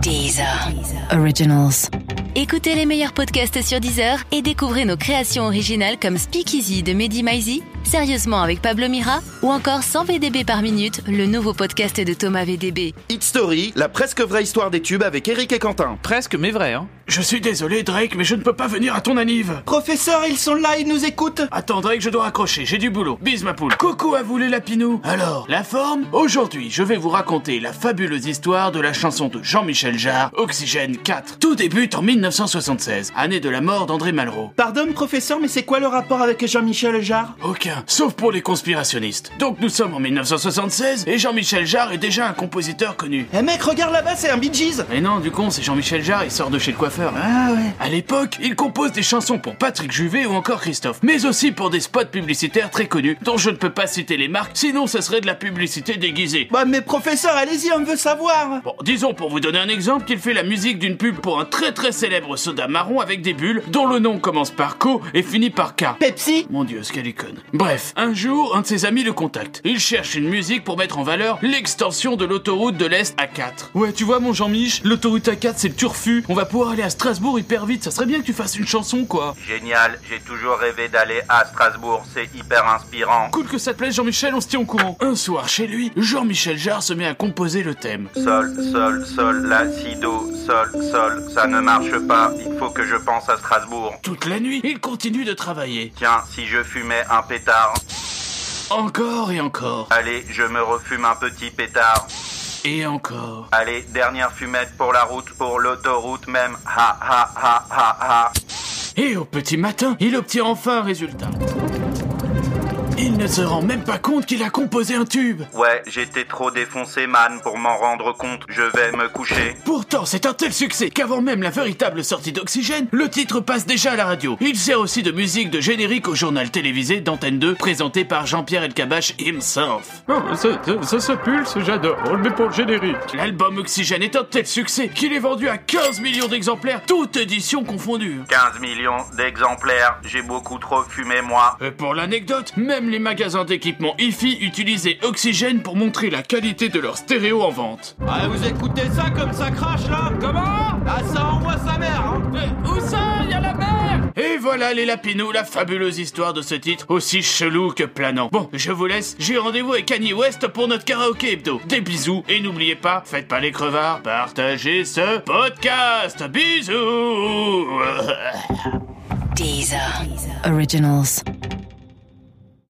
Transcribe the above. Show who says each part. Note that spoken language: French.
Speaker 1: Deezer. Originals. Écoutez les meilleurs podcasts sur Deezer et découvrez nos créations originales comme Speakeasy de Mehdi Maizi, Sérieusement avec Pablo Mira ou encore 100 VDB par minute, le nouveau podcast de Thomas VDB.
Speaker 2: Hit Story, la presque vraie histoire des tubes avec Eric et Quentin.
Speaker 3: Presque, mais vrai, hein.
Speaker 4: Je suis désolé, Drake, mais je ne peux pas venir à ton anniv.
Speaker 5: Professeur, ils sont là, ils nous écoutent.
Speaker 4: Attends, Drake, je dois raccrocher, j'ai du boulot. Bise ma poule. Coucou à vous les lapinous. Alors, la forme Aujourd'hui, je vais vous raconter la fabuleuse histoire de la chanson de Jean-Michel Jarre, Oxygène 4. Tout débute en 1976, année de la mort d'André Malraux.
Speaker 5: Pardon, professeur, mais c'est quoi le rapport avec Jean-Michel Jarre
Speaker 4: Aucun, sauf pour les conspirationnistes. Donc nous sommes en 1976 et Jean-Michel Jarre est déjà un compositeur connu.
Speaker 5: Eh mec, regarde là-bas, c'est un Bee Gees.
Speaker 4: Mais non, du con, c'est Jean-Michel Jarre, il sort de chez le coiffeur. hein.
Speaker 5: Ah ouais.
Speaker 4: À l'époque, il compose des chansons pour Patrick Juvet ou encore Christophe, mais aussi pour des spots publicitaires très connus, dont je ne peux pas citer les marques, sinon ce serait de la publicité déguisée.
Speaker 5: Bah mais professeur, allez-y, on veut savoir.
Speaker 4: Bon, disons pour vous donner un exemple qu'il fait la musique d'une pub pour un très très célèbre soda marron avec des bulles, dont le nom commence par Co et finit par K.
Speaker 5: Pepsi
Speaker 4: Mon dieu, ce qu'elle est conne. Bref, un jour, un de ses amis le contacte. Il cherche une musique pour mettre en valeur l'extension de l'autoroute de l'Est A4. Ouais, tu vois, mon Jean-Mich, l'autoroute A4, c'est le turfu. On va pouvoir aller à Strasbourg hyper vite. Ça serait bien que tu fasses une chanson, quoi.
Speaker 6: Génial, j'ai toujours rêvé d'aller à Strasbourg, c'est hyper inspirant.
Speaker 4: Cool que ça te plaise, Jean-Michel, on se tient au courant. Un soir, chez lui, Jean-Michel Jarre se met à composer le thème.
Speaker 6: Sol, sol, sol, la, si, do, sol, sol, ça ne marche pas, il faut que je pense à Strasbourg.
Speaker 4: Toute la nuit, il continue de travailler.
Speaker 6: Tiens, si je fumais un pétard,
Speaker 4: Encore et encore.
Speaker 6: allez, je me refume un petit pétard.
Speaker 4: Et encore.
Speaker 6: Allez, dernière fumette pour la route, pour l'autoroute même. Ha ha ha ha ha.
Speaker 4: Et au petit matin, il obtient enfin un résultat. Il ne se rend même pas compte qu'il a composé un tube.
Speaker 6: Ouais, j'étais trop défoncé, man, pour m'en rendre compte. Je vais me coucher.
Speaker 4: Pourtant, c'est un tel succès qu'avant même la véritable sortie d'Oxygène, le titre passe déjà à la radio. Il sert aussi de musique de générique au journal télévisé d'Antenne 2, présenté par Jean-Pierre Elkabach himself.
Speaker 3: ça, ça pulse, j'adore. On le met Oh, pour le générique.
Speaker 4: L'album Oxygène est un tel succès qu'il est vendu à 15 millions d'exemplaires, toutes éditions confondues.
Speaker 6: 15 millions d'exemplaires. J'ai beaucoup trop fumé, moi.
Speaker 4: Et Euh, pour l'anecdote, même les magasins d'équipement IFI utilisaient Oxygène pour montrer la qualité de leur stéréo en vente.
Speaker 5: Ah, vous écoutez ça comme ça crache là
Speaker 4: Comment
Speaker 5: Ah, ça envoie sa mère, hein.
Speaker 4: Eh, Où ça y a la mer Et voilà les lapinous, la fabuleuse histoire de ce titre, aussi chelou que planant. Bon, je vous laisse, j'ai rendez-vous avec Kanye West pour notre karaoké hebdo. Des bisous, et n'oubliez pas, faites pas les crevards, partagez ce podcast Bisous
Speaker 1: Deezer. Originals.